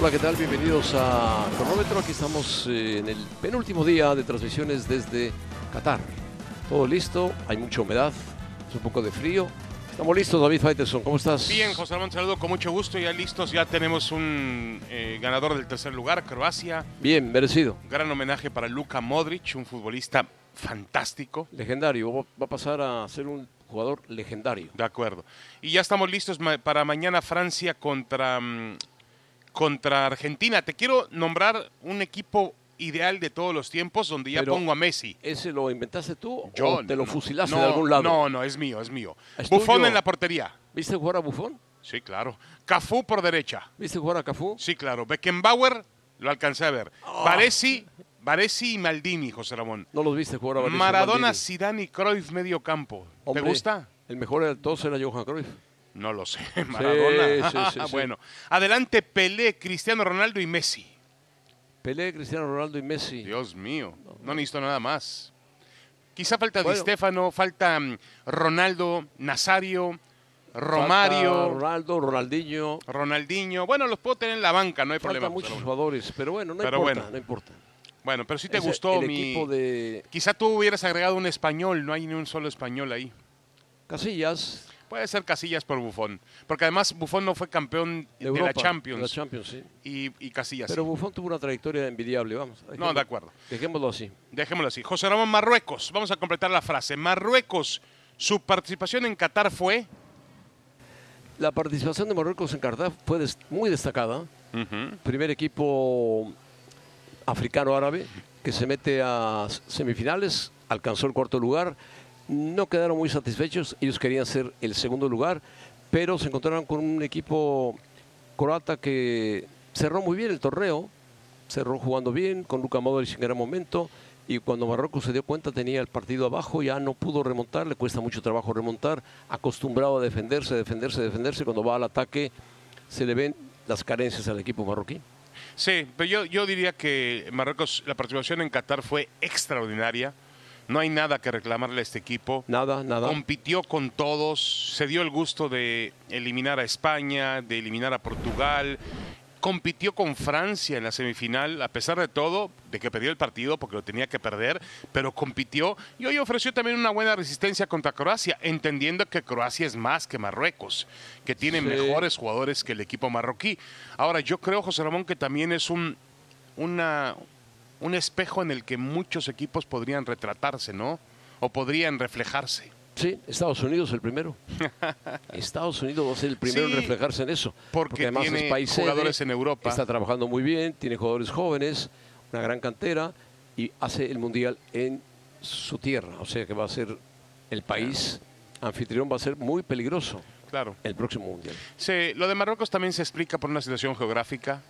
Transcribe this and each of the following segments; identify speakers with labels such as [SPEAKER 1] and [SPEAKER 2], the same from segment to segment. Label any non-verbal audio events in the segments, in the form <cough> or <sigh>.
[SPEAKER 1] Hola, ¿qué tal? Bienvenidos a Cronómetro. Aquí estamos eh, en el penúltimo día de transmisiones desde Qatar. Todo listo, hay mucha humedad, es un poco de frío. Estamos listos, David Faiteson, ¿cómo estás?
[SPEAKER 2] Bien, José Ramón, saludo con mucho gusto, ya listos, ya tenemos un eh, ganador del tercer lugar, Croacia.
[SPEAKER 1] Bien, merecido.
[SPEAKER 2] Gran homenaje para Luka Modric, un futbolista fantástico.
[SPEAKER 1] Legendario, va va a pasar a ser un jugador legendario.
[SPEAKER 2] De acuerdo. Y ya estamos listos ma- para mañana Francia contra, mm, contra Argentina. Te quiero nombrar un equipo ideal de todos los tiempos donde ya
[SPEAKER 1] Pero-
[SPEAKER 2] pongo a Messi.
[SPEAKER 1] ¿Ese lo inventaste tú o
[SPEAKER 2] Yo-
[SPEAKER 1] te lo fusilaste
[SPEAKER 2] no,
[SPEAKER 1] de algún lado?
[SPEAKER 2] No, no, es mío, es mío.
[SPEAKER 1] ¿Es
[SPEAKER 2] Buffon
[SPEAKER 1] tuyo?
[SPEAKER 2] en la portería.
[SPEAKER 1] ¿Viste jugar a Bufón?
[SPEAKER 2] Sí, claro. Cafú por derecha.
[SPEAKER 1] ¿Viste jugar a Cafú?
[SPEAKER 2] Sí, claro. Beckenbauer, lo alcancé a ver.
[SPEAKER 1] Oh.
[SPEAKER 2] Baresi, Baresi y Maldini, José Ramón.
[SPEAKER 1] No los viste jugar a Valencia
[SPEAKER 2] Maradona,
[SPEAKER 1] Maldini.
[SPEAKER 2] Zidane y Cruyff, medio campo.
[SPEAKER 1] Hombre,
[SPEAKER 2] ¿Te gusta?
[SPEAKER 1] El mejor de todos era Johan Cruyff.
[SPEAKER 2] No lo sé. <laughs> Maradona.
[SPEAKER 1] sí, sí, sí.
[SPEAKER 2] bueno, adelante Pelé, Cristiano Ronaldo y Messi.
[SPEAKER 1] Pelé, Cristiano Ronaldo y Messi.
[SPEAKER 2] Dios mío, no necesito nada más. Quizá falta
[SPEAKER 1] Bueno.
[SPEAKER 2] Di Stefano, falta mm, Ronaldo, Nazario,
[SPEAKER 1] Falta
[SPEAKER 2] Romario,
[SPEAKER 1] Ronaldo, Ronaldinho.
[SPEAKER 2] Ronaldinho. Bueno, los puedo tener en la banca, no hay
[SPEAKER 1] Faltan
[SPEAKER 2] problema.
[SPEAKER 1] muchos
[SPEAKER 2] José Ramón.
[SPEAKER 1] jugadores, pero bueno, no
[SPEAKER 2] Pero
[SPEAKER 1] importa,
[SPEAKER 2] bueno.
[SPEAKER 1] no importa.
[SPEAKER 2] Bueno, pero sí te
[SPEAKER 1] Ese-
[SPEAKER 2] gustó
[SPEAKER 1] el
[SPEAKER 2] mi...
[SPEAKER 1] equipo de
[SPEAKER 2] Quizá tú hubieras agregado un español, no hay ni un solo español ahí.
[SPEAKER 1] Casillas
[SPEAKER 2] Puede ser Casillas por Bufón, porque además Bufón no fue campeón
[SPEAKER 1] de,
[SPEAKER 2] de,
[SPEAKER 1] Europa,
[SPEAKER 2] la Champions
[SPEAKER 1] de la Champions, sí.
[SPEAKER 2] y, y Casillas.
[SPEAKER 1] Pero Buffon tuvo una trayectoria envidiable, vamos.
[SPEAKER 2] no, de acuerdo.
[SPEAKER 1] Dejémoslo así.
[SPEAKER 2] Dejémoslo así. José Ramón Marruecos, vamos a completar la frase. Marruecos, su participación en Qatar fue
[SPEAKER 1] La participación de Marruecos en Qatar fue des- muy destacada. Primer equipo africano-árabe que se mete a s- semifinales, alcanzó el cuarto lugar. No quedaron muy satisfechos, ellos querían ser el segundo lugar, pero se encontraron con un equipo croata que cerró muy bien el torneo, cerró jugando bien, con Luka Modric en gran momento, y cuando Marruecos se dio cuenta tenía el partido abajo, ya no pudo remontar, le cuesta mucho trabajo remontar, acostumbrado a defenderse, defenderse, defenderse, cuando va al ataque se le ven las carencias al equipo marroquí.
[SPEAKER 2] Sí, pero yo, yo diría que Marruecos, la participación en Qatar fue extraordinaria. No hay nada que reclamarle a este equipo.
[SPEAKER 1] Nada, nada.
[SPEAKER 2] Compitió con todos, se dio el gusto de eliminar a España, de eliminar a Portugal. Compitió con Francia en la semifinal, a pesar de todo, de que perdió el partido porque lo tenía que perder, pero compitió y hoy ofreció también una buena resistencia contra Croacia, entendiendo que Croacia es más que Marruecos, que tiene
[SPEAKER 1] Sí.
[SPEAKER 2] mejores jugadores que el equipo marroquí. Ahora, yo creo, José Ramón, que también es un, una, un espejo en el que muchos equipos podrían retratarse, ¿no? O podrían reflejarse.
[SPEAKER 1] Sí, Estados Unidos el
[SPEAKER 2] <laughs>
[SPEAKER 1] primero. Estados Unidos va a ser el primero en
[SPEAKER 2] Sí,
[SPEAKER 1] reflejarse en eso.
[SPEAKER 2] porque
[SPEAKER 1] además
[SPEAKER 2] tiene
[SPEAKER 1] es país sede,
[SPEAKER 2] jugadores en Europa.
[SPEAKER 1] Está trabajando muy bien, tiene jugadores jóvenes, una gran cantera y hace el mundial en su tierra. O sea que va a ser el país anfitrión, va a ser muy peligroso
[SPEAKER 2] Claro.
[SPEAKER 1] el próximo mundial.
[SPEAKER 2] Sí, lo de Marruecos también se explica por una situación geográfica.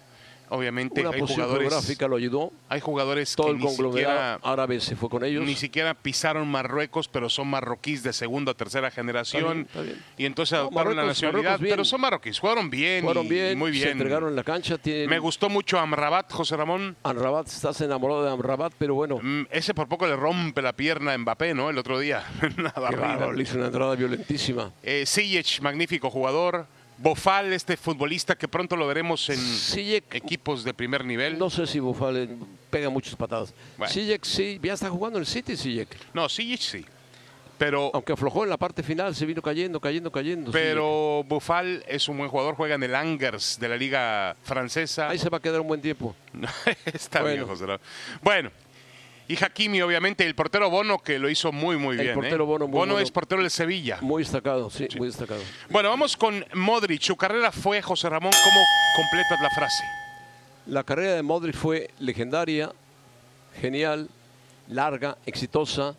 [SPEAKER 2] Obviamente
[SPEAKER 1] Una
[SPEAKER 2] hay
[SPEAKER 1] posición
[SPEAKER 2] jugadores,
[SPEAKER 1] geográfica lo ayudó.
[SPEAKER 2] hay jugadores
[SPEAKER 1] Todo
[SPEAKER 2] que
[SPEAKER 1] el
[SPEAKER 2] ni siquiera,
[SPEAKER 1] conglomerado Ah, árabe se fue con ellos.
[SPEAKER 2] ni siquiera pisaron Marruecos, pero son marroquíes de segunda o tercera generación.
[SPEAKER 1] Está bien, está bien.
[SPEAKER 2] Y entonces
[SPEAKER 1] No,
[SPEAKER 2] adoptaron la
[SPEAKER 1] Marruecos-
[SPEAKER 2] nacionalidad,
[SPEAKER 1] Marruecos bien.
[SPEAKER 2] pero son marroquíes, jugaron bien,
[SPEAKER 1] Fueron
[SPEAKER 2] y-
[SPEAKER 1] bien,
[SPEAKER 2] y muy bien.
[SPEAKER 1] se entregaron en la cancha. Tienen...
[SPEAKER 2] Me gustó mucho Amrabat, José Ramón.
[SPEAKER 1] Amrabat, estás enamorado de Amrabat, pero bueno,
[SPEAKER 2] Mm, Ese por poco le rompe la pierna a Mbappé, ¿no? El otro día. <laughs> Una
[SPEAKER 1] qué bárbaro, le
[SPEAKER 2] barrida.
[SPEAKER 1] hizo una entrada violentísima.
[SPEAKER 2] Eh, Ziyech, magnífico jugador. Bofal, este futbolista que pronto lo veremos en
[SPEAKER 1] Ziyech-
[SPEAKER 2] equipos de primer nivel.
[SPEAKER 1] No sé si Bufal pega muchas patadas.
[SPEAKER 2] Bueno.
[SPEAKER 1] Sijek sí, ya está jugando en el City Sijek.
[SPEAKER 2] No, Ziyech sí. Pero,
[SPEAKER 1] Aunque aflojó en la parte final, se vino cayendo, cayendo, cayendo. Ziyech.
[SPEAKER 2] pero Bofal es un buen jugador, juega en el Angers de la liga francesa.
[SPEAKER 1] Ahí se va a quedar un buen tiempo.
[SPEAKER 2] <laughs> Está
[SPEAKER 1] Bueno.
[SPEAKER 2] bien, José Ramón. Bueno. Y Hakimi, obviamente, el portero Bono, que lo hizo muy, muy
[SPEAKER 1] El
[SPEAKER 2] bien. ¿eh?
[SPEAKER 1] portero Bono, muy bueno.
[SPEAKER 2] es portero del Sevilla.
[SPEAKER 1] Muy destacado, sí, muy destacado.
[SPEAKER 2] Bueno, vamos con Modric. Su carrera fue, José Ramón, ¿cómo completas la frase?
[SPEAKER 1] La carrera de Modric fue legendaria, genial, larga, exitosa,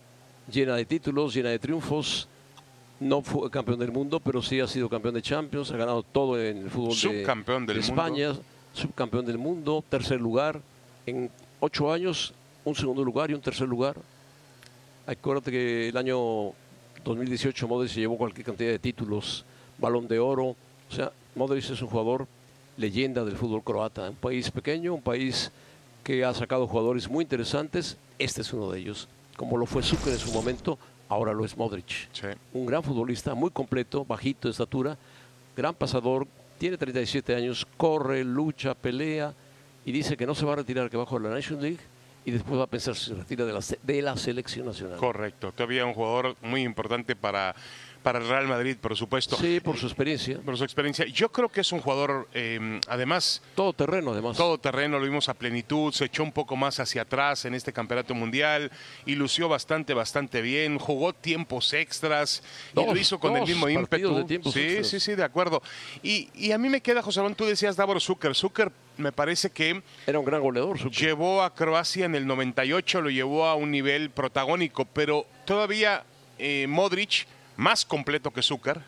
[SPEAKER 1] llena de títulos, llena de triunfos. No fue campeón del mundo, pero sí ha sido campeón de Champions, ha ganado todo en el fútbol de-
[SPEAKER 2] Subcampeón del
[SPEAKER 1] de
[SPEAKER 2] mundo.
[SPEAKER 1] España, subcampeón del mundo, tercer lugar en ocho años, un segundo lugar y un tercer lugar. Acuérdate que el año 2018 Modric se llevó cualquier cantidad de títulos, balón de oro. O sea, Modric es un jugador leyenda del fútbol croata. Un país pequeño, un país que ha sacado jugadores muy interesantes. Este es uno de ellos. Como lo fue Sucre en su momento, ahora lo es Modric.
[SPEAKER 2] Sí.
[SPEAKER 1] Un gran futbolista, muy completo, bajito de estatura, gran pasador, Tiene 37 años, corre, lucha, pelea y dice que no se va a retirar, que va a jugar la National League y después va a pensar si se retira de la, se- de la selección nacional.
[SPEAKER 2] Correcto, todavía un jugador muy importante para, para el Real Madrid, por supuesto.
[SPEAKER 1] Sí, por su experiencia.
[SPEAKER 2] Por su experiencia, yo creo que es un jugador, eh, además,
[SPEAKER 1] Todo terreno, además.
[SPEAKER 2] todo terreno, lo vimos a plenitud, se echó un poco más hacia atrás en este campeonato mundial y lució bastante, bastante bien, jugó tiempos extras y
[SPEAKER 1] Dos,
[SPEAKER 2] lo hizo con el
[SPEAKER 1] dos
[SPEAKER 2] mismo
[SPEAKER 1] partidos
[SPEAKER 2] ímpetu.
[SPEAKER 1] de tiempos
[SPEAKER 2] sí,
[SPEAKER 1] extras.
[SPEAKER 2] sí, sí, de acuerdo. Y, y a mí me queda, José Ramón, tú decías Davor Zucker. Zucker me parece que
[SPEAKER 1] Era un gran goleador. supe.
[SPEAKER 2] llevó a Croacia en el 98, lo llevó a un nivel protagónico, pero todavía eh, Modric, más completo que Zucker,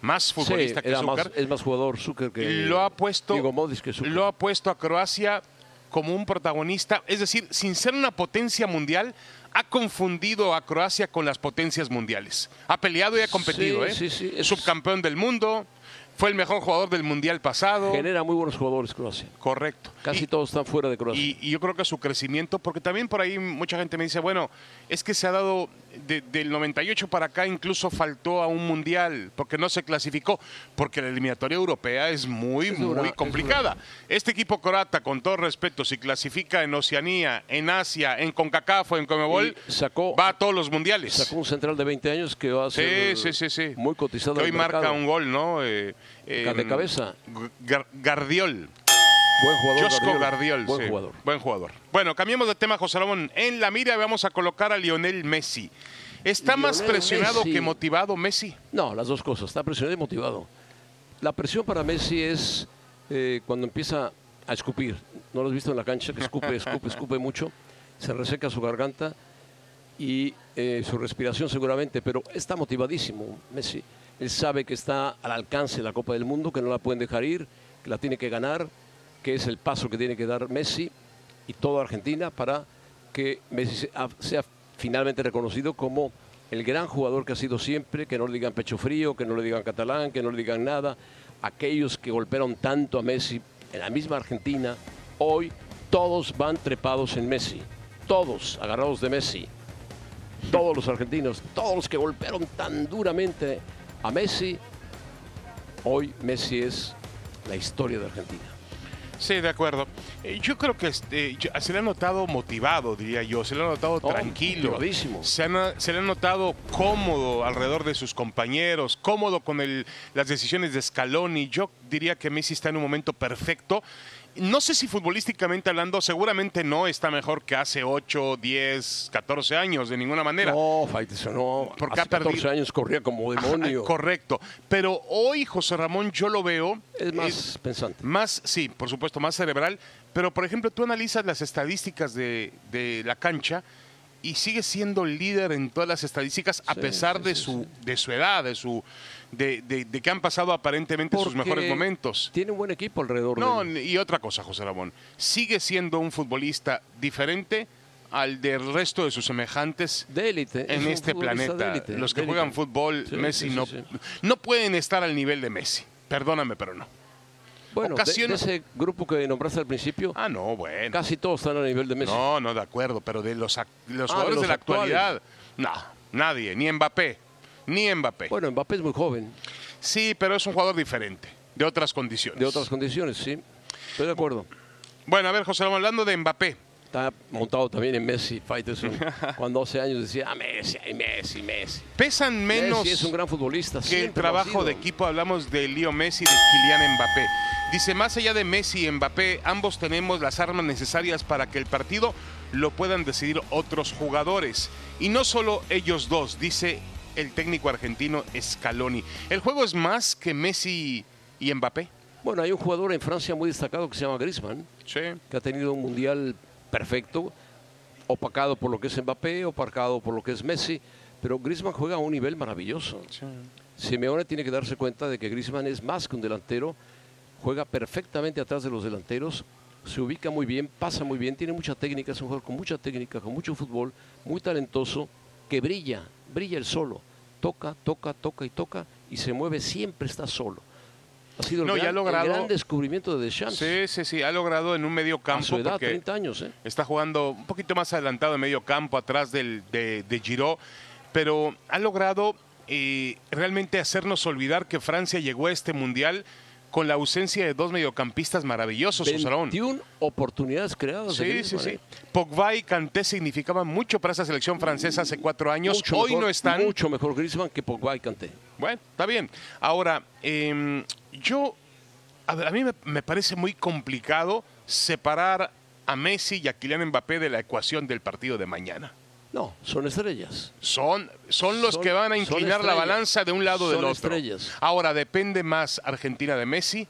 [SPEAKER 2] más futbolista
[SPEAKER 1] Sí,
[SPEAKER 2] que
[SPEAKER 1] era más-
[SPEAKER 2] Zucker
[SPEAKER 1] es más jugador Zucker que
[SPEAKER 2] lo ha puesto
[SPEAKER 1] Diego Modric que Zucker.
[SPEAKER 2] lo ha puesto a Croacia como un protagonista, es decir, sin ser una potencia mundial, ha confundido a Croacia con las potencias mundiales. Ha peleado y ha competido,
[SPEAKER 1] Sí,
[SPEAKER 2] ¿eh?
[SPEAKER 1] sí, sí, es-
[SPEAKER 2] Subcampeón del mundo, fue el mejor jugador del mundial pasado.
[SPEAKER 1] Genera muy buenos jugadores Croacia.
[SPEAKER 2] Correcto.
[SPEAKER 1] Casi
[SPEAKER 2] Y-
[SPEAKER 1] todos están fuera de Croacia.
[SPEAKER 2] y, y yo creo que su crecimiento, porque también por ahí mucha gente me dice, bueno, es que se ha dado de- del 98 para acá, incluso faltó a un mundial, porque no se clasificó, porque la eliminatoria europea es muy,
[SPEAKER 1] Es
[SPEAKER 2] muy
[SPEAKER 1] dura, es
[SPEAKER 2] complicada. Este equipo croata, con todo respeto, si clasifica en Oceanía, en Asia, en CONCACAF o en CONMEBOL,
[SPEAKER 1] Y sacó-
[SPEAKER 2] va a todos los mundiales.
[SPEAKER 1] Sacó un central de 20 años que va a
[SPEAKER 2] Sí,
[SPEAKER 1] ser
[SPEAKER 2] sí, sí, sí.
[SPEAKER 1] muy cotizado.
[SPEAKER 2] Que
[SPEAKER 1] en
[SPEAKER 2] hoy
[SPEAKER 1] el
[SPEAKER 2] marca
[SPEAKER 1] mercado.
[SPEAKER 2] un gol, ¿no? Eh, eh,
[SPEAKER 1] De cabeza.
[SPEAKER 2] Gar- Gardiol.
[SPEAKER 1] Buen jugador.
[SPEAKER 2] Josco Gardiol,
[SPEAKER 1] Buen
[SPEAKER 2] sí,
[SPEAKER 1] jugador.
[SPEAKER 2] buen jugador. Bueno, cambiemos de tema, José Ramón. En la mira vamos a colocar a Lionel Messi. ¿Está más
[SPEAKER 1] Lionel
[SPEAKER 2] presionado
[SPEAKER 1] Messi.
[SPEAKER 2] que motivado Messi?
[SPEAKER 1] No, las dos cosas. Está presionado y motivado. La presión para Messi es eh, cuando empieza a escupir. ¿No lo has visto en la cancha? Que escupe, escupe, escupe mucho. Se reseca su garganta y eh, su respiración seguramente, pero está motivadísimo Messi. Él sabe que está al alcance de la Copa del Mundo, que no la pueden dejar ir, que la tiene que ganar, que es el paso que tiene que dar Messi y toda Argentina para que Messi se- ah, sea finalmente reconocido como el gran jugador que ha sido siempre, que no le digan pecho frío, que no le digan catalán, que no le digan nada. Aquellos que golpearon tanto a Messi en la misma Argentina, hoy todos van trepados en Messi, todos agarrados de Messi todos los argentinos, todos los que golpearon tan duramente a Messi, hoy Messi es la historia de Argentina.
[SPEAKER 2] Sí, de acuerdo. Eh, yo creo que este, yo- se le ha notado motivado, diría yo. Se le ha notado
[SPEAKER 1] Oh,
[SPEAKER 2] tranquilo.
[SPEAKER 1] motivadísimo.
[SPEAKER 2] Se, han- se le ha notado cómodo alrededor de sus compañeros, cómodo con el- las decisiones de Scaloni. Yo diría que Messi está en un momento perfecto. No sé si futbolísticamente hablando, seguramente no está mejor que hace 8, 10, 14 años, de ninguna manera.
[SPEAKER 1] no, Faitelson, no.
[SPEAKER 2] Porque
[SPEAKER 1] Porque
[SPEAKER 2] ha
[SPEAKER 1] hace 14
[SPEAKER 2] perdido-
[SPEAKER 1] años corría como
[SPEAKER 2] Ajá,
[SPEAKER 1] demonio.
[SPEAKER 2] Ah, Correcto. Pero hoy, José Ramón, yo lo veo.
[SPEAKER 1] es más
[SPEAKER 2] eh,
[SPEAKER 1] pensante.
[SPEAKER 2] más, sí, por supuesto, más cerebral. Pero, por ejemplo, tú analizas las estadísticas de, de la cancha y sigue siendo líder en todas las estadísticas a
[SPEAKER 1] Sí,
[SPEAKER 2] pesar
[SPEAKER 1] sí,
[SPEAKER 2] de,
[SPEAKER 1] sí,
[SPEAKER 2] su, de su edad, de, su, de, de- de que han pasado aparentemente sus
[SPEAKER 1] Porque
[SPEAKER 2] mejores momentos.
[SPEAKER 1] Tiene un buen equipo alrededor
[SPEAKER 2] No,
[SPEAKER 1] de él.
[SPEAKER 2] y otra cosa, José Ramón. Sigue siendo un futbolista diferente al del resto de sus semejantes
[SPEAKER 1] De élite. es
[SPEAKER 2] en
[SPEAKER 1] un
[SPEAKER 2] este
[SPEAKER 1] futbolista
[SPEAKER 2] planeta.
[SPEAKER 1] de élite,
[SPEAKER 2] Los que
[SPEAKER 1] de
[SPEAKER 2] juegan
[SPEAKER 1] élite.
[SPEAKER 2] fútbol,
[SPEAKER 1] Sí,
[SPEAKER 2] Messi
[SPEAKER 1] sí, sí,
[SPEAKER 2] no,
[SPEAKER 1] sí.
[SPEAKER 2] no pueden estar al nivel de Messi. Perdóname, pero no.
[SPEAKER 1] Bueno, de- de,
[SPEAKER 2] ocasiones-
[SPEAKER 1] ese grupo que nombraste al principio,
[SPEAKER 2] Ah, no, bueno.
[SPEAKER 1] casi todos están a nivel <laughs> de Messi.
[SPEAKER 2] No, no, de acuerdo, pero de los, ac- de los
[SPEAKER 1] Ah, de
[SPEAKER 2] jugadores de,
[SPEAKER 1] los
[SPEAKER 2] la
[SPEAKER 1] actuales.
[SPEAKER 2] actualidad, no, nadie, ni Mbappé, ni Mbappé.
[SPEAKER 1] Bueno, Mbappé es muy joven,
[SPEAKER 2] sí, pero es un jugador diferente, de otras condiciones.
[SPEAKER 1] de otras condiciones, sí. Estoy de acuerdo.
[SPEAKER 2] Bueno, a ver, José, Ramón, hablando de Mbappé.
[SPEAKER 1] Está montado también en Messi,
[SPEAKER 2] <laughs>
[SPEAKER 1] Faitelson. Cuando hace años decía, ah, Messi, ay, Messi, Messi.
[SPEAKER 2] Pesan menos
[SPEAKER 1] Messi es un gran futbolista.
[SPEAKER 2] que el
[SPEAKER 1] siempre lo ha
[SPEAKER 2] trabajo
[SPEAKER 1] sido.
[SPEAKER 2] de equipo, hablamos de Leo Messi y de Kylian Mbappé. Dice, más allá de Messi y Mbappé, ambos tenemos las armas necesarias para que el partido lo puedan decidir otros jugadores. Y no solo ellos dos, dice el técnico argentino Scaloni. ¿El juego es más que Messi y Mbappé?
[SPEAKER 1] Bueno, hay un jugador en Francia muy destacado que se llama Griezmann,
[SPEAKER 2] Sí.
[SPEAKER 1] que ha tenido un mundial perfecto, opacado por lo que es Mbappé, opacado por lo que es Messi, pero Griezmann juega a un nivel maravilloso. Simeone tiene que darse cuenta de que Griezmann es más que un delantero, juega perfectamente atrás de los delanteros, se ubica muy bien, pasa muy bien, tiene mucha técnica, es un jugador con mucha técnica, con mucho fútbol, muy talentoso, que brilla, brilla el solo, toca, toca, toca y toca y se mueve, siempre está solo. Ha sido el,
[SPEAKER 2] No, y
[SPEAKER 1] gran,
[SPEAKER 2] ha logrado-
[SPEAKER 1] el gran descubrimiento de Deschamps.
[SPEAKER 2] Sí, sí, sí, ha logrado en un medio
[SPEAKER 1] A su
[SPEAKER 2] campo
[SPEAKER 1] edad,
[SPEAKER 2] porque
[SPEAKER 1] 30 años, ¿eh?
[SPEAKER 2] está jugando un poquito más adelantado en medio campo, atrás del, de, de Giroud, pero ha logrado eh, realmente hacernos olvidar que Francia llegó a este mundial con la ausencia de dos mediocampistas maravillosos, Osarón.
[SPEAKER 1] 21 oportunidades creadas. ¿eh?
[SPEAKER 2] Sí,
[SPEAKER 1] aquí,
[SPEAKER 2] sí,
[SPEAKER 1] ¿vale?
[SPEAKER 2] sí. Pogba y Kanté significaban mucho para esa selección francesa hace cuatro años.
[SPEAKER 1] Mucho
[SPEAKER 2] Hoy
[SPEAKER 1] mejor-
[SPEAKER 2] no están.
[SPEAKER 1] Mucho mejor Griezmann que Pogba y Kanté.
[SPEAKER 2] Bueno, está bien. Ahora, eh, yo. A, ver, a mí me, me parece muy complicado separar a Messi y a Kylian Mbappé de la ecuación del partido de mañana.
[SPEAKER 1] No, son estrellas.
[SPEAKER 2] Son, son los
[SPEAKER 1] Son-
[SPEAKER 2] que van a
[SPEAKER 1] son
[SPEAKER 2] inclinar la
[SPEAKER 1] estrellas.
[SPEAKER 2] balanza de un lado o del
[SPEAKER 1] Son
[SPEAKER 2] otro.
[SPEAKER 1] estrellas.
[SPEAKER 2] Ahora, depende más Argentina de Messi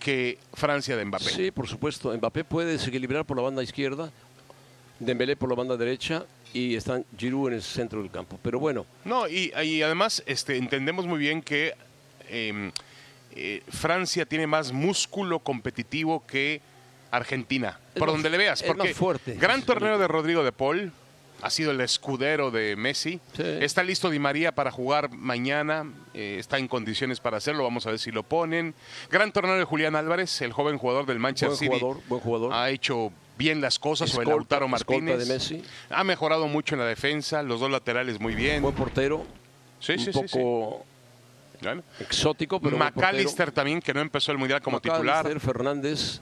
[SPEAKER 2] que Francia de Mbappé.
[SPEAKER 1] Sí, por supuesto. Mbappé puede desequilibrar por la banda izquierda, Dembélé por la banda derecha y están Giroud en el centro del campo. Pero bueno,
[SPEAKER 2] No, y, y además este, entendemos muy bien que eh, eh, Francia tiene más músculo competitivo que Argentina,
[SPEAKER 1] Es
[SPEAKER 2] por
[SPEAKER 1] más-
[SPEAKER 2] donde le veas.
[SPEAKER 1] es
[SPEAKER 2] Porque
[SPEAKER 1] más fuerte.
[SPEAKER 2] gran torneo de Rodrigo de Paul, ha sido el escudero de Messi.
[SPEAKER 1] Sí.
[SPEAKER 2] Está listo Di María para jugar mañana, eh, está en condiciones para hacerlo, vamos a ver si lo ponen. Gran torneo de Julián Álvarez, el joven jugador del Manchester
[SPEAKER 1] buen
[SPEAKER 2] City.
[SPEAKER 1] jugador, buen jugador.
[SPEAKER 2] Ha hecho bien las cosas, o el
[SPEAKER 1] Escolta-
[SPEAKER 2] Lautaro
[SPEAKER 1] escolta
[SPEAKER 2] Martínez.
[SPEAKER 1] de Messi.
[SPEAKER 2] Ha mejorado mucho en la defensa, los dos laterales muy bien.
[SPEAKER 1] Buen portero,
[SPEAKER 2] Sí,
[SPEAKER 1] un
[SPEAKER 2] sí, sí, sí.
[SPEAKER 1] poco
[SPEAKER 2] Bueno.
[SPEAKER 1] exótico, pero buen portero.
[SPEAKER 2] McAllister también, que no empezó el Mundial como
[SPEAKER 1] McAllister,
[SPEAKER 2] titular.
[SPEAKER 1] Fernández.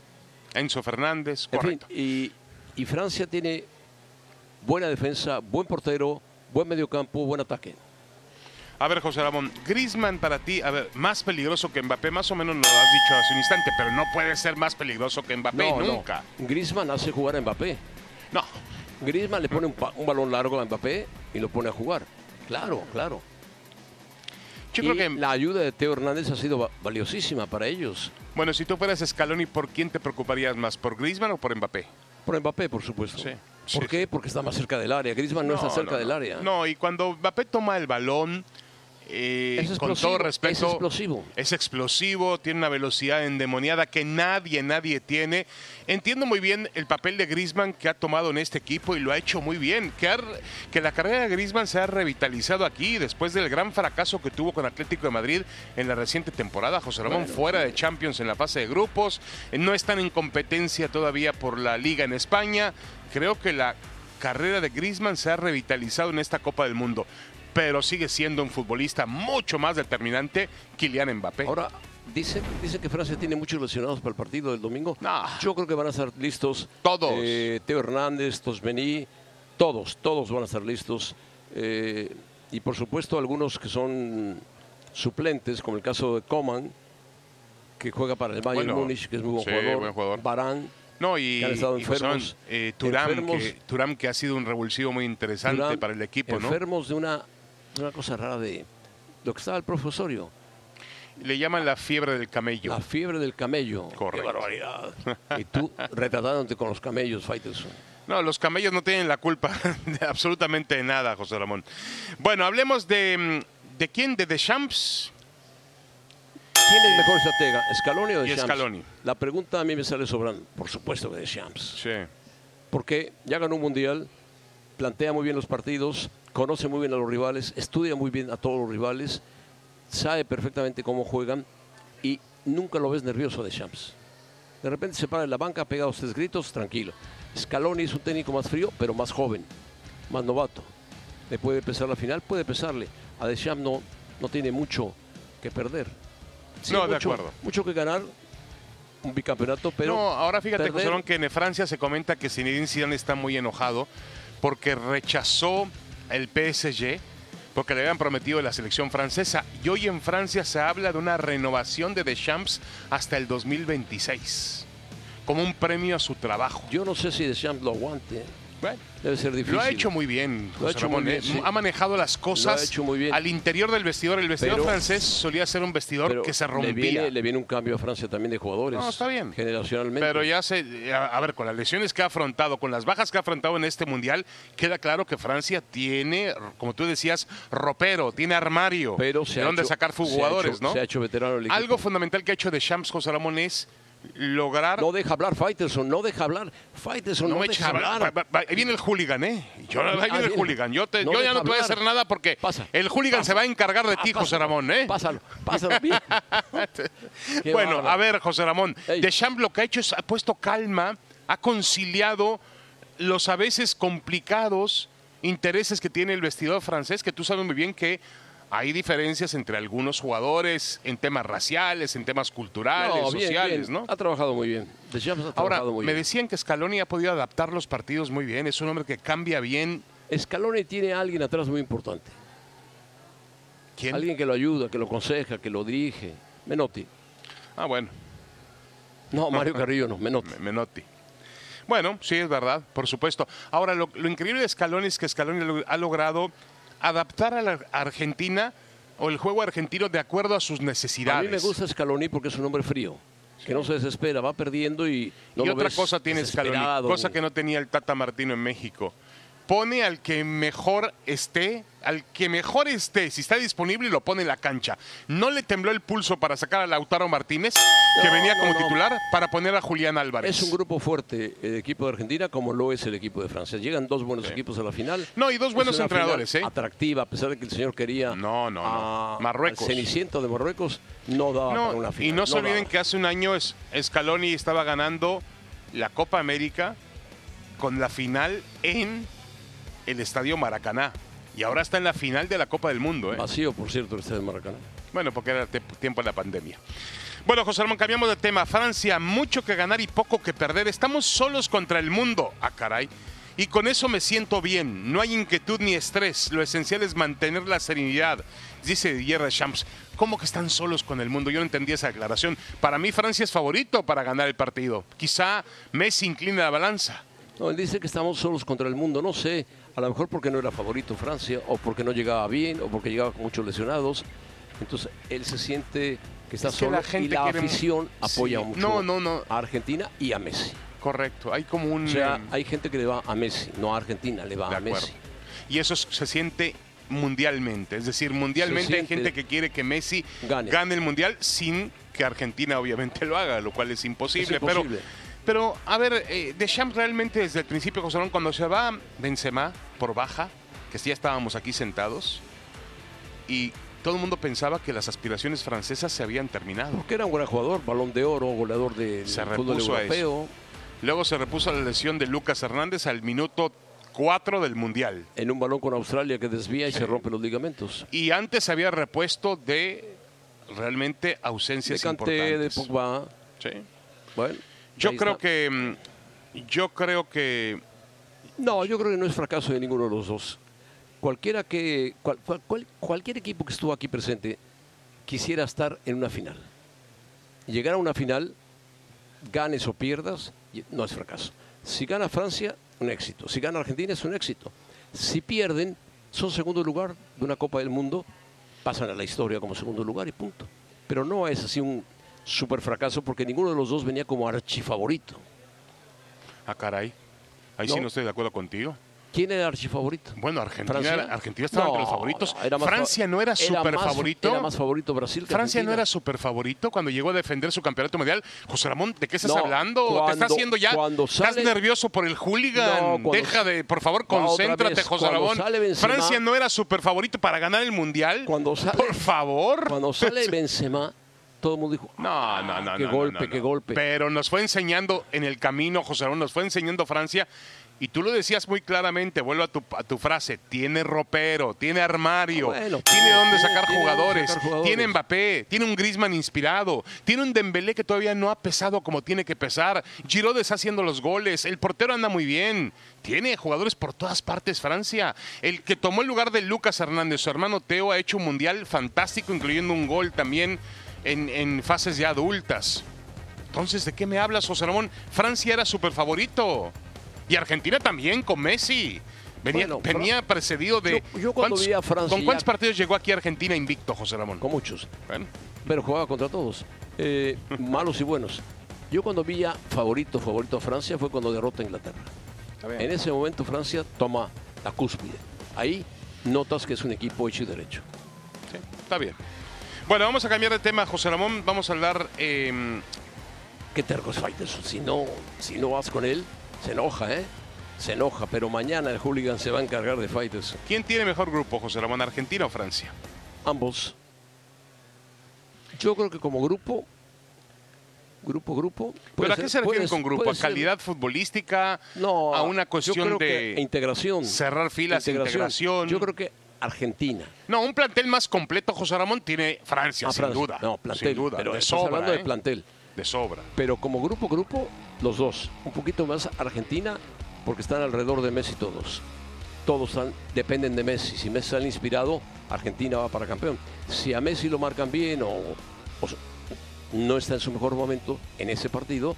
[SPEAKER 2] Enzo Fernández,
[SPEAKER 1] En
[SPEAKER 2] correcto.
[SPEAKER 1] fin, y, y Francia tiene buena defensa, buen portero, buen mediocampo, buen ataque.
[SPEAKER 2] A ver, José Ramón, Griezmann para ti, a ver, más peligroso que Mbappé, más o menos lo has dicho hace un instante, pero no puede ser más peligroso que Mbappé nunca.
[SPEAKER 1] Griezmann hace jugar a Mbappé.
[SPEAKER 2] No.
[SPEAKER 1] Griezmann le pone un, pa- un balón largo a Mbappé y lo pone a jugar. Claro, claro.
[SPEAKER 2] Yo
[SPEAKER 1] Y
[SPEAKER 2] creo que,
[SPEAKER 1] la ayuda de Teo Hernández ha sido va- valiosísima para ellos.
[SPEAKER 2] bueno, si tú fueras Scaloni, ¿por quién te preocuparías más? ¿Por Griezmann o por Mbappé?
[SPEAKER 1] Por Mbappé, por supuesto.
[SPEAKER 2] Sí,
[SPEAKER 1] ¿Por
[SPEAKER 2] sí.
[SPEAKER 1] qué? Porque está más cerca del área. Griezmann no, está cerca
[SPEAKER 2] no,
[SPEAKER 1] del
[SPEAKER 2] no.
[SPEAKER 1] área.
[SPEAKER 2] No, y cuando Mbappé toma el balón, eh,
[SPEAKER 1] Es
[SPEAKER 2] con
[SPEAKER 1] explosivo,
[SPEAKER 2] todo
[SPEAKER 1] es
[SPEAKER 2] respeto,
[SPEAKER 1] explosivo.
[SPEAKER 2] es explosivo, tiene una velocidad endemoniada que nadie, nadie tiene. Entiendo muy bien el papel de Griezmann que ha tomado en este equipo y lo ha hecho muy bien. Que, ha re- que la carrera de Griezmann se ha revitalizado aquí después del gran fracaso que tuvo con Atlético de Madrid en la reciente temporada. José Ramón fuera de Champions en la fase de grupos, eh, no están en competencia todavía por la liga en España. Creo que la carrera de Griezmann se ha revitalizado en esta Copa del Mundo. Pero sigue siendo un futbolista mucho más determinante Kylian Mbappé.
[SPEAKER 1] Ahora, dice, dice que Francia tiene muchos lesionados para el partido del domingo.
[SPEAKER 2] No.
[SPEAKER 1] Yo creo que van a estar listos.
[SPEAKER 2] Todos.
[SPEAKER 1] eh, Teo Hernández, Tosmení, todos, todos van a estar listos. Eh, y por supuesto algunos que son suplentes, como el caso de Coman, que juega para el Bayern
[SPEAKER 2] Bueno,
[SPEAKER 1] Múnich, que es muy buen
[SPEAKER 2] sí,
[SPEAKER 1] jugador.
[SPEAKER 2] buen jugador.
[SPEAKER 1] Barán,
[SPEAKER 2] No, y,
[SPEAKER 1] que han estado
[SPEAKER 2] y José Ramón,
[SPEAKER 1] enfermos,
[SPEAKER 2] eh, Thuram,
[SPEAKER 1] enfermos.
[SPEAKER 2] que, Thuram, que ha sido un revulsivo muy interesante
[SPEAKER 1] Durán,
[SPEAKER 2] para el equipo, ¿no?
[SPEAKER 1] Enfermos de una, de una cosa rara de lo que estaba el profesorio,
[SPEAKER 2] Le llaman la fiebre del camello.
[SPEAKER 1] la fiebre del camello.
[SPEAKER 2] Correcto.
[SPEAKER 1] ¡Qué barbaridad! y
[SPEAKER 2] <laughs>
[SPEAKER 1] tú retratándote con los camellos, Fighters.
[SPEAKER 2] No, los camellos no tienen la culpa <laughs> de absolutamente nada, José Ramón. Bueno, hablemos de. mm, ¿De quién? ¿De Deschamps?
[SPEAKER 1] ¿Quién es mejor estratega, Scaloni o
[SPEAKER 2] Y
[SPEAKER 1] Deschamps?
[SPEAKER 2] Scaloni.
[SPEAKER 1] La pregunta a mí me sale sobrando. Por supuesto que Deschamps.
[SPEAKER 2] Sí.
[SPEAKER 1] Porque ya ganó un mundial, plantea muy bien los partidos, conoce muy bien a los rivales, estudia muy bien a todos los rivales, sabe perfectamente cómo juegan y nunca lo ves nervioso de Champs. De repente se para en la banca, pega dos tres gritos, tranquilo. Scaloni es un técnico más frío, pero más joven, más novato. Le puede pesar la final, puede pesarle. A Deschamps no, no tiene mucho que perder.
[SPEAKER 2] No, de
[SPEAKER 1] mucho-
[SPEAKER 2] acuerdo.
[SPEAKER 1] Mucho que ganar, un bicampeonato, pero
[SPEAKER 2] no, ahora fíjate,
[SPEAKER 1] perder-
[SPEAKER 2] José Ramón, que en Francia se comenta que Zinedine Zidane está muy enojado porque rechazó el PSG porque le habían prometido la selección francesa. Y hoy en Francia se habla de una renovación de Deschamps hasta el 2026 como un premio a su trabajo.
[SPEAKER 1] yo no sé si Deschamps lo aguante. ¿eh?
[SPEAKER 2] Bueno,
[SPEAKER 1] Debe ser difícil.
[SPEAKER 2] Lo ha hecho muy bien,
[SPEAKER 1] Lo ha
[SPEAKER 2] José
[SPEAKER 1] hecho
[SPEAKER 2] Ramón,
[SPEAKER 1] muy bien,
[SPEAKER 2] ¿eh?
[SPEAKER 1] sí.
[SPEAKER 2] Ha manejado las cosas
[SPEAKER 1] hecho muy bien.
[SPEAKER 2] al interior del vestidor. El vestidor
[SPEAKER 1] Pero-
[SPEAKER 2] francés solía ser un vestidor
[SPEAKER 1] Pero
[SPEAKER 2] que se
[SPEAKER 1] Le
[SPEAKER 2] rompía.
[SPEAKER 1] viene, le viene un cambio a Francia también de jugadores.
[SPEAKER 2] No, está bien.
[SPEAKER 1] Generacionalmente.
[SPEAKER 2] Pero ya se. A, a ver, con las lesiones que ha afrontado, con las bajas que ha afrontado en este mundial, queda claro que Francia tiene, como tú decías, ropero, tiene armario.
[SPEAKER 1] Pero se
[SPEAKER 2] de
[SPEAKER 1] ha
[SPEAKER 2] dónde
[SPEAKER 1] hecho-
[SPEAKER 2] sacar
[SPEAKER 1] se ha
[SPEAKER 2] jugadores,
[SPEAKER 1] hecho-
[SPEAKER 2] ¿no?
[SPEAKER 1] Se ha hecho veterano el equipo.
[SPEAKER 2] Algo fundamental que ha hecho de Champs José Ramón es lograr.
[SPEAKER 1] No deja hablar Faitelson, no deja hablar. Faitelson no,
[SPEAKER 2] me eches
[SPEAKER 1] deja
[SPEAKER 2] a hablar.
[SPEAKER 1] hablar.
[SPEAKER 2] Va- va- va- Ahí viene el hooligan, ¿eh? Yo, ahí
[SPEAKER 1] Ah,
[SPEAKER 2] viene el
[SPEAKER 1] viene.
[SPEAKER 2] hooligan. Yo, te-
[SPEAKER 1] No
[SPEAKER 2] yo ya
[SPEAKER 1] deja
[SPEAKER 2] no te voy a
[SPEAKER 1] hablar.
[SPEAKER 2] hacer nada porque
[SPEAKER 1] Pasa,
[SPEAKER 2] el hooligan se va a encargar de ti,
[SPEAKER 1] Ah,
[SPEAKER 2] José
[SPEAKER 1] pásalo,
[SPEAKER 2] Ramón, ¿eh?
[SPEAKER 1] Pásalo, pásalo
[SPEAKER 2] <laughs>
[SPEAKER 1] bien. Qué
[SPEAKER 2] bueno,
[SPEAKER 1] bárbaro.
[SPEAKER 2] a ver, José Ramón.
[SPEAKER 1] Ey.
[SPEAKER 2] Deschamps lo que ha hecho es ha puesto calma, ha conciliado los a veces complicados intereses que tiene el vestidor francés, que tú sabes muy bien que hay diferencias entre algunos jugadores en temas raciales, en temas culturales,
[SPEAKER 1] No, bien,
[SPEAKER 2] sociales,
[SPEAKER 1] bien.
[SPEAKER 2] ¿no?
[SPEAKER 1] Ha trabajado muy bien. De Champs ha
[SPEAKER 2] Ahora,
[SPEAKER 1] trabajado muy
[SPEAKER 2] me
[SPEAKER 1] bien.
[SPEAKER 2] decían que Scaloni ha podido adaptar los partidos muy bien. Es un hombre que cambia bien.
[SPEAKER 1] Scaloni tiene a alguien atrás muy importante.
[SPEAKER 2] ¿Quién?
[SPEAKER 1] Alguien que lo ayuda, que lo aconseja, que lo dirige. Menotti.
[SPEAKER 2] Ah, bueno,
[SPEAKER 1] No,
[SPEAKER 2] <laughs>
[SPEAKER 1] Mario Carrillo no, Menotti.
[SPEAKER 2] Me- Menotti. Bueno, sí, es verdad, por supuesto. Ahora, lo, lo increíble de Scaloni es que Scaloni lo- ha logrado adaptar a la Argentina o el juego argentino de acuerdo a sus necesidades.
[SPEAKER 1] A mí me gusta Scaloni porque es un hombre frío, que no se desespera, va perdiendo y no
[SPEAKER 2] y
[SPEAKER 1] lo
[SPEAKER 2] otra
[SPEAKER 1] ves
[SPEAKER 2] cosa tiene Scaloni,
[SPEAKER 1] desesperado.
[SPEAKER 2] cosa que no tenía el Tata Martino en México. Pone al que mejor esté, al que mejor esté, si está disponible, lo pone en la cancha. No le tembló el pulso para sacar a Lautaro Martínez, que
[SPEAKER 1] No,
[SPEAKER 2] venía
[SPEAKER 1] no,
[SPEAKER 2] como
[SPEAKER 1] no.
[SPEAKER 2] titular, para poner a Julián Álvarez.
[SPEAKER 1] Es un grupo fuerte el equipo de Argentina, como lo es el equipo de Francia. Llegan dos buenos equipos a la final.
[SPEAKER 2] No, y dos
[SPEAKER 1] Es
[SPEAKER 2] buenos
[SPEAKER 1] una
[SPEAKER 2] entrenadores,
[SPEAKER 1] final
[SPEAKER 2] ¿eh?
[SPEAKER 1] Atractiva, a pesar de que el señor quería.
[SPEAKER 2] No, no, no.
[SPEAKER 1] a-
[SPEAKER 2] Marruecos.
[SPEAKER 1] al Ceniciento de Marruecos no daba
[SPEAKER 2] No,
[SPEAKER 1] para una final.
[SPEAKER 2] y no, se olviden
[SPEAKER 1] daba.
[SPEAKER 2] que hace un año es- Scaloni estaba ganando la Copa América con la final en el Estadio Maracaná. Y ahora está en la final de la Copa del Mundo. ¿eh?
[SPEAKER 1] Vacío, por cierto, este de Maracaná.
[SPEAKER 2] Bueno, porque era te- tiempo de la pandemia. Bueno, José Ramón, cambiamos de tema. Francia, mucho que ganar y poco que perder. Estamos solos contra el mundo. Ah, caray. Y con eso me siento bien. No hay inquietud ni estrés. Lo esencial es mantener la serenidad, dice Didier Deschamps. ¿Cómo que están solos con el mundo? Yo no entendí esa declaración. Para mí, Francia es favorito para ganar el partido. Quizá Messi inclina la balanza.
[SPEAKER 1] No, él dice que estamos solos contra el mundo. No sé, a lo mejor porque no era favorito Francia, o porque no llegaba bien, o porque llegaba con muchos lesionados. Entonces él se siente que está
[SPEAKER 2] Es que
[SPEAKER 1] solo
[SPEAKER 2] la gente
[SPEAKER 1] y la
[SPEAKER 2] quiere mu-
[SPEAKER 1] afición
[SPEAKER 2] Sí.
[SPEAKER 1] apoya mucho
[SPEAKER 2] No, no, no.
[SPEAKER 1] a Argentina y a Messi.
[SPEAKER 2] Correcto. Hay como un.
[SPEAKER 1] O sea,
[SPEAKER 2] em,
[SPEAKER 1] hay gente que le va a Messi, no a Argentina, le va
[SPEAKER 2] De
[SPEAKER 1] a
[SPEAKER 2] acuerdo.
[SPEAKER 1] Messi.
[SPEAKER 2] Y eso es- se siente mundialmente. Es decir, mundialmente
[SPEAKER 1] Se
[SPEAKER 2] hay gente
[SPEAKER 1] siente.
[SPEAKER 2] que quiere que Messi gane.
[SPEAKER 1] Gane.
[SPEAKER 2] el mundial sin que Argentina obviamente lo haga, lo cual es imposible.
[SPEAKER 1] Es imposible.
[SPEAKER 2] Pero, pero, a ver, eh, Deschamps realmente desde el principio, José Ramón, cuando se va Benzema por baja, que sí ya estábamos aquí sentados, y todo el mundo pensaba que las aspiraciones francesas se habían terminado.
[SPEAKER 1] Porque era un gran jugador, balón de oro, goleador del
[SPEAKER 2] Se
[SPEAKER 1] fútbol
[SPEAKER 2] repuso a eso.
[SPEAKER 1] europeo.
[SPEAKER 2] Luego se repuso la lesión de Lucas Hernández al minuto 4 del mundial.
[SPEAKER 1] En un balón con Australia que desvía y se rompe los ligamentos.
[SPEAKER 2] y antes se había repuesto de realmente ausencias
[SPEAKER 1] de Kanté, de
[SPEAKER 2] importantes.
[SPEAKER 1] Pogba.
[SPEAKER 2] Sí.
[SPEAKER 1] Bueno,
[SPEAKER 2] Yo
[SPEAKER 1] ahí
[SPEAKER 2] creo
[SPEAKER 1] está.
[SPEAKER 2] que mm, yo creo que
[SPEAKER 1] No, yo creo que no es fracaso de ninguno de los dos. Cualquiera que, cual- cual- cual- cualquier equipo que estuvo aquí presente quisiera estar en una final. Llegar a una final, ganes o pierdas, y- no es fracaso. Si gana Francia, un éxito. Si gana Argentina, es un éxito. Si pierden, son segundo lugar de una Copa del Mundo, pasan a la historia como segundo lugar y punto. Pero no es así un super fracaso porque ninguno de los dos venía como archifavorito.
[SPEAKER 2] ah caray. Ahí sí
[SPEAKER 1] No.
[SPEAKER 2] no estoy de acuerdo contigo.
[SPEAKER 1] ¿Quién era el archifavorito?
[SPEAKER 2] Bueno, Argentina,
[SPEAKER 1] ¿Francia?
[SPEAKER 2] era- Argentina estaba entre los favoritos.
[SPEAKER 1] no, era más
[SPEAKER 2] Francia
[SPEAKER 1] fa-
[SPEAKER 2] no era súper
[SPEAKER 1] más-
[SPEAKER 2] favorito.
[SPEAKER 1] Era más favorito Brasil que
[SPEAKER 2] Francia no
[SPEAKER 1] Argentina.
[SPEAKER 2] era súper favorito cuando llegó a defender su campeonato mundial. José Ramón, ¿de qué estás
[SPEAKER 1] No,
[SPEAKER 2] hablando? ¿Te estás
[SPEAKER 1] cuando-
[SPEAKER 2] haciendo ya?
[SPEAKER 1] cuando
[SPEAKER 2] ¿Estás
[SPEAKER 1] sale-
[SPEAKER 2] nervioso por el hooligan?
[SPEAKER 1] No, cuando-
[SPEAKER 2] Deja de, por favor,
[SPEAKER 1] Va, otra
[SPEAKER 2] concéntrate,
[SPEAKER 1] vez.
[SPEAKER 2] José
[SPEAKER 1] Cuando
[SPEAKER 2] Ramón.
[SPEAKER 1] sale Benzema-
[SPEAKER 2] Francia no era súper favorito para ganar el mundial.
[SPEAKER 1] Cuando sale-
[SPEAKER 2] por favor.
[SPEAKER 1] Cuando
[SPEAKER 2] <laughs>
[SPEAKER 1] sale Benzema, todo el mundo dijo,
[SPEAKER 2] No, no, no.
[SPEAKER 1] qué
[SPEAKER 2] no, no,
[SPEAKER 1] golpe,
[SPEAKER 2] no, no.
[SPEAKER 1] qué golpe.
[SPEAKER 2] Pero nos fue enseñando en el camino, José Ramón, nos fue enseñando Francia. Y tú lo decías muy claramente, vuelvo a tu, a tu frase, tiene ropero, tiene armario,
[SPEAKER 1] Ah, bueno,
[SPEAKER 2] tiene
[SPEAKER 1] tiene-
[SPEAKER 2] dónde
[SPEAKER 1] tiene-
[SPEAKER 2] sacar,
[SPEAKER 1] tiene dónde
[SPEAKER 2] jugadores,
[SPEAKER 1] sacar jugadores.
[SPEAKER 2] tiene Mbappé, tiene un Griezmann inspirado, tiene un Dembélé que todavía no ha pesado como tiene que pesar, Giroud está haciendo los goles, el portero anda muy bien, tiene jugadores por todas partes Francia. El que tomó el lugar de Lucas Hernández, su hermano Teo, ha hecho un mundial fantástico, incluyendo un gol también en, en fases ya adultas. Entonces, ¿de qué me hablas, José Ramón? Francia era súper favorito. Y Argentina también con Messi. Venía,
[SPEAKER 1] Bueno,
[SPEAKER 2] venía precedido de...
[SPEAKER 1] Yo- yo cuando
[SPEAKER 2] ¿cuántos-
[SPEAKER 1] vi a Francia
[SPEAKER 2] ¿Con cuántos
[SPEAKER 1] ya-
[SPEAKER 2] partidos llegó aquí Argentina invicto, José Ramón?
[SPEAKER 1] con muchos,
[SPEAKER 2] Bueno,
[SPEAKER 1] pero jugaba contra todos, eh, malos y buenos. Yo cuando vi ya favorito, favorito a Francia fue cuando derrota a Inglaterra.
[SPEAKER 2] está bien.
[SPEAKER 1] En ese momento Francia toma la cúspide. Ahí notas que es un equipo hecho y derecho.
[SPEAKER 2] Sí, está bien. Bueno, vamos a cambiar de tema, José Ramón. Vamos a hablar... eh,
[SPEAKER 1] Qué terco es Faitelson. Si no, si no vas con él, se enoja, ¿eh? Se enoja, pero mañana el hooligan se va a encargar de Faitelson.
[SPEAKER 2] ¿Quién tiene mejor grupo, José Ramón? ¿Argentina o Francia?
[SPEAKER 1] Ambos. Yo creo que como grupo, grupo, grupo. puede
[SPEAKER 2] ¿Pero a
[SPEAKER 1] ser-
[SPEAKER 2] qué se refieren
[SPEAKER 1] puede-
[SPEAKER 2] con grupo? ¿A
[SPEAKER 1] puede ser-
[SPEAKER 2] calidad futbolística?
[SPEAKER 1] No,
[SPEAKER 2] ¿A una
[SPEAKER 1] yo
[SPEAKER 2] cuestión
[SPEAKER 1] creo que
[SPEAKER 2] de...?
[SPEAKER 1] integración.
[SPEAKER 2] cerrar filas, integración?
[SPEAKER 1] Yo creo que a Argentina.
[SPEAKER 2] No, un plantel más completo, José Ramón, tiene Francia,
[SPEAKER 1] Ah,
[SPEAKER 2] sin
[SPEAKER 1] Francia.
[SPEAKER 2] duda.
[SPEAKER 1] No, plantel.
[SPEAKER 2] Sin duda,
[SPEAKER 1] pero
[SPEAKER 2] de
[SPEAKER 1] estás
[SPEAKER 2] sobra.
[SPEAKER 1] hablando
[SPEAKER 2] ¿eh?
[SPEAKER 1] de plantel.
[SPEAKER 2] De sobra.
[SPEAKER 1] Pero como grupo, grupo, los dos. Un poquito más Argentina, porque están alrededor de Messi todos. Todos están- dependen de Messi. Si Messi sale inspirado, Argentina va para campeón. Si a Messi lo marcan bien o, o s- no está en su mejor momento en ese partido,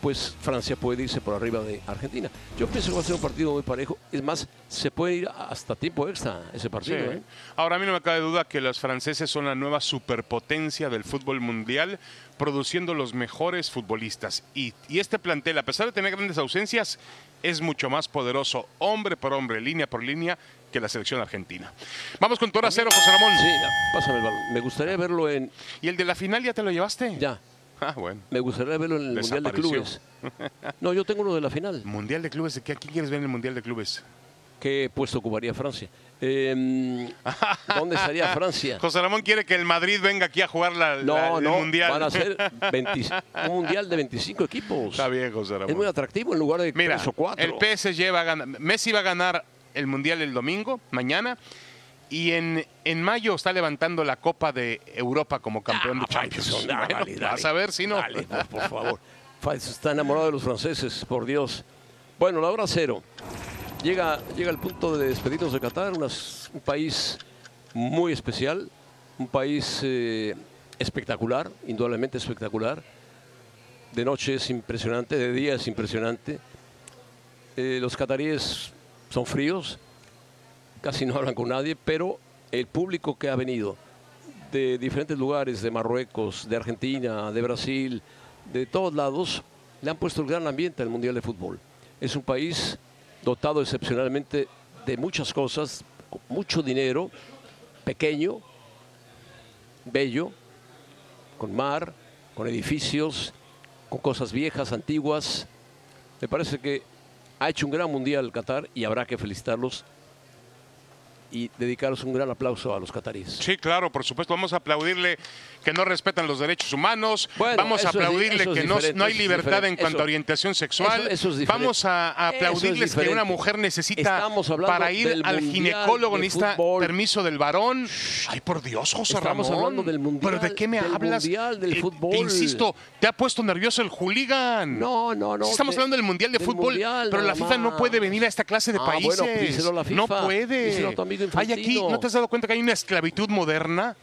[SPEAKER 1] pues Francia puede irse por arriba de Argentina. Yo pienso que va a ser un partido muy parejo. Es más, se puede ir hasta tiempo extra ese
[SPEAKER 2] Sí,
[SPEAKER 1] partido.
[SPEAKER 2] ¿eh?
[SPEAKER 1] ¿eh?
[SPEAKER 2] Ahora a mí no me cabe duda que los franceses son la nueva superpotencia del fútbol mundial, produciendo los mejores futbolistas. Y, y este plantel, a pesar de tener grandes ausencias, es mucho más poderoso, hombre por hombre, línea por línea, que la selección argentina. Vamos con Tora Cero, José Ramón.
[SPEAKER 1] Sí, ya, pásame el balón. Me gustaría verlo en...
[SPEAKER 2] ¿Y el de la final ya te lo llevaste?
[SPEAKER 1] Ya,
[SPEAKER 2] Ah, bueno.
[SPEAKER 1] Me gustaría verlo en el Mundial de Clubes.
[SPEAKER 2] <laughs> Desapareció.
[SPEAKER 1] No, yo tengo uno de la final.
[SPEAKER 2] ¿Mundial de clubes? ¿de qué? ¿A quién quieres ver en el Mundial de clubes?
[SPEAKER 1] ¿Qué puesto ocuparía Francia? Eh, ¿Dónde estaría
[SPEAKER 2] <laughs>
[SPEAKER 1] Francia?
[SPEAKER 2] José Ramón quiere que el Madrid venga aquí a jugar la, la-
[SPEAKER 1] No,
[SPEAKER 2] el
[SPEAKER 1] no,
[SPEAKER 2] Mundial.
[SPEAKER 1] van a ser 20 un Mundial de 25 equipos.
[SPEAKER 2] <laughs> Está bien, José Ramón.
[SPEAKER 1] Es muy atractivo en lugar de
[SPEAKER 2] Mira,
[SPEAKER 1] tres o cuatro.
[SPEAKER 2] el PSG va a ganar. Messi va a ganar el Mundial el domingo, mañana. Y en, en mayo está levantando la Copa de Europa como campeón
[SPEAKER 1] Ah,
[SPEAKER 2] de
[SPEAKER 1] <laughs>
[SPEAKER 2] Champions. <laughs>
[SPEAKER 1] Faitelson,
[SPEAKER 2] Bueno,
[SPEAKER 1] dale, dale.
[SPEAKER 2] vas a ver si no.
[SPEAKER 1] Dale, por, por favor. <laughs> Faitelson está enamorado de los franceses, por Dios. Bueno, la hora cero. Llega, llega el punto de despedirnos de Qatar, unas- un país muy especial, un país eh, espectacular, indudablemente espectacular. De noche es impresionante, de día es impresionante. Eh, los cataríes son fríos, casi no hablan con nadie, pero el público que ha venido de diferentes lugares, de Marruecos, de Argentina, de Brasil, de todos lados, le han puesto el gran ambiente al Mundial de Fútbol. Es un país dotado excepcionalmente de muchas cosas, con mucho dinero, pequeño, bello, con mar, con edificios, con cosas viejas, antiguas. Me parece que ha hecho un gran mundial Qatar y habrá que felicitarlos y dedicarles un gran aplauso a los cataríes.
[SPEAKER 2] Sí, claro, por supuesto. Vamos a aplaudirle que no respetan los derechos humanos.
[SPEAKER 1] Bueno,
[SPEAKER 2] Vamos
[SPEAKER 1] eso
[SPEAKER 2] a
[SPEAKER 1] es di-
[SPEAKER 2] aplaudirle
[SPEAKER 1] eso es
[SPEAKER 2] que no,
[SPEAKER 1] diferente,
[SPEAKER 2] no hay
[SPEAKER 1] eso es
[SPEAKER 2] libertad en
[SPEAKER 1] diferente.
[SPEAKER 2] cuanto
[SPEAKER 1] Eso-
[SPEAKER 2] a orientación sexual.
[SPEAKER 1] eso- eso es diferente.
[SPEAKER 2] Vamos a, a
[SPEAKER 1] Eso es
[SPEAKER 2] aplaudirles que una
[SPEAKER 1] diferente.
[SPEAKER 2] mujer necesita
[SPEAKER 1] Estamos hablando
[SPEAKER 2] para ir
[SPEAKER 1] del
[SPEAKER 2] al
[SPEAKER 1] Mundial
[SPEAKER 2] ginecólogo
[SPEAKER 1] de
[SPEAKER 2] necesita
[SPEAKER 1] fútbol.
[SPEAKER 2] permiso del varón. Ay, por Dios, José
[SPEAKER 1] Estamos
[SPEAKER 2] Ramón.
[SPEAKER 1] hablando del Mundial,
[SPEAKER 2] ¿Pero de qué me
[SPEAKER 1] del
[SPEAKER 2] hablas?
[SPEAKER 1] Mundial, del
[SPEAKER 2] Eh,
[SPEAKER 1] fútbol.
[SPEAKER 2] Te insisto, te ha puesto nervioso el hooligan.
[SPEAKER 1] No, no, no.
[SPEAKER 2] Sí estamos
[SPEAKER 1] de-
[SPEAKER 2] hablando del Mundial de
[SPEAKER 1] del
[SPEAKER 2] Fútbol,
[SPEAKER 1] Mundial,
[SPEAKER 2] pero la
[SPEAKER 1] nada
[SPEAKER 2] FIFA no
[SPEAKER 1] más.
[SPEAKER 2] puede venir a esta clase de
[SPEAKER 1] Ah, bueno,
[SPEAKER 2] países.
[SPEAKER 1] díselo a la
[SPEAKER 2] No
[SPEAKER 1] FIFA, díselo
[SPEAKER 2] puede.
[SPEAKER 1] a tu amigo
[SPEAKER 2] Hay aquí,
[SPEAKER 1] Infantino.
[SPEAKER 2] ¿no te has dado cuenta que hay una esclavitud moderna?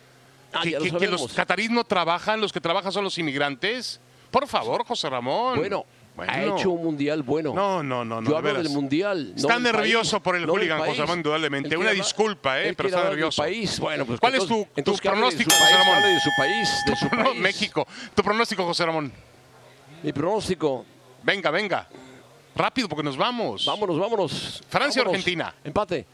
[SPEAKER 1] Ah,
[SPEAKER 2] que,
[SPEAKER 1] ya lo
[SPEAKER 2] que- que los
[SPEAKER 1] sabemos.
[SPEAKER 2] catarís no trabajan, los que trabajan son los inmigrantes. Por favor, José Ramón.
[SPEAKER 1] Bueno, ha
[SPEAKER 2] Bueno.
[SPEAKER 1] hecho un mundial bueno.
[SPEAKER 2] No, no, no, no,
[SPEAKER 1] Yo
[SPEAKER 2] de
[SPEAKER 1] hablo
[SPEAKER 2] veras.
[SPEAKER 1] del mundial. no
[SPEAKER 2] Está
[SPEAKER 1] del
[SPEAKER 2] nervioso
[SPEAKER 1] país,
[SPEAKER 2] por el
[SPEAKER 1] no del
[SPEAKER 2] hooligan, José
[SPEAKER 1] país.
[SPEAKER 2] Ramón, indudablemente.
[SPEAKER 1] Él quiere
[SPEAKER 2] Una
[SPEAKER 1] hablar-
[SPEAKER 2] disculpa, eh,
[SPEAKER 1] él
[SPEAKER 2] pero
[SPEAKER 1] quiere
[SPEAKER 2] está
[SPEAKER 1] hablar del
[SPEAKER 2] nervioso.
[SPEAKER 1] país. Bueno, pues,
[SPEAKER 2] ¿Cuál es
[SPEAKER 1] entonces-
[SPEAKER 2] tu- tu
[SPEAKER 1] entonces que hable de su
[SPEAKER 2] pronóstico,
[SPEAKER 1] país,
[SPEAKER 2] José Ramón?
[SPEAKER 1] hable de su país, de su
[SPEAKER 2] <laughs> No,
[SPEAKER 1] país.
[SPEAKER 2] México. Tu pronóstico, José Ramón.
[SPEAKER 1] Mi pronóstico.
[SPEAKER 2] Venga, venga. Rápido, porque nos vamos.
[SPEAKER 1] Vámonos, vámonos.
[SPEAKER 2] Francia,
[SPEAKER 1] vámonos.
[SPEAKER 2] Argentina.
[SPEAKER 1] Empate.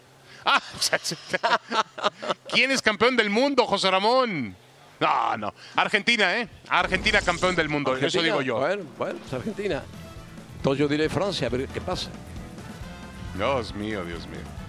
[SPEAKER 2] Ah, <laughs> ¿Quién es campeón del mundo, José Ramón? No, no. Argentina, ¿eh? Argentina campeón del mundo, eso
[SPEAKER 1] Argentina.
[SPEAKER 2] digo yo. ¿eh?
[SPEAKER 1] Bueno, bueno, pues es Argentina. Entonces yo diré Francia, a ver qué pasa.
[SPEAKER 2] Dios mío, Dios mío.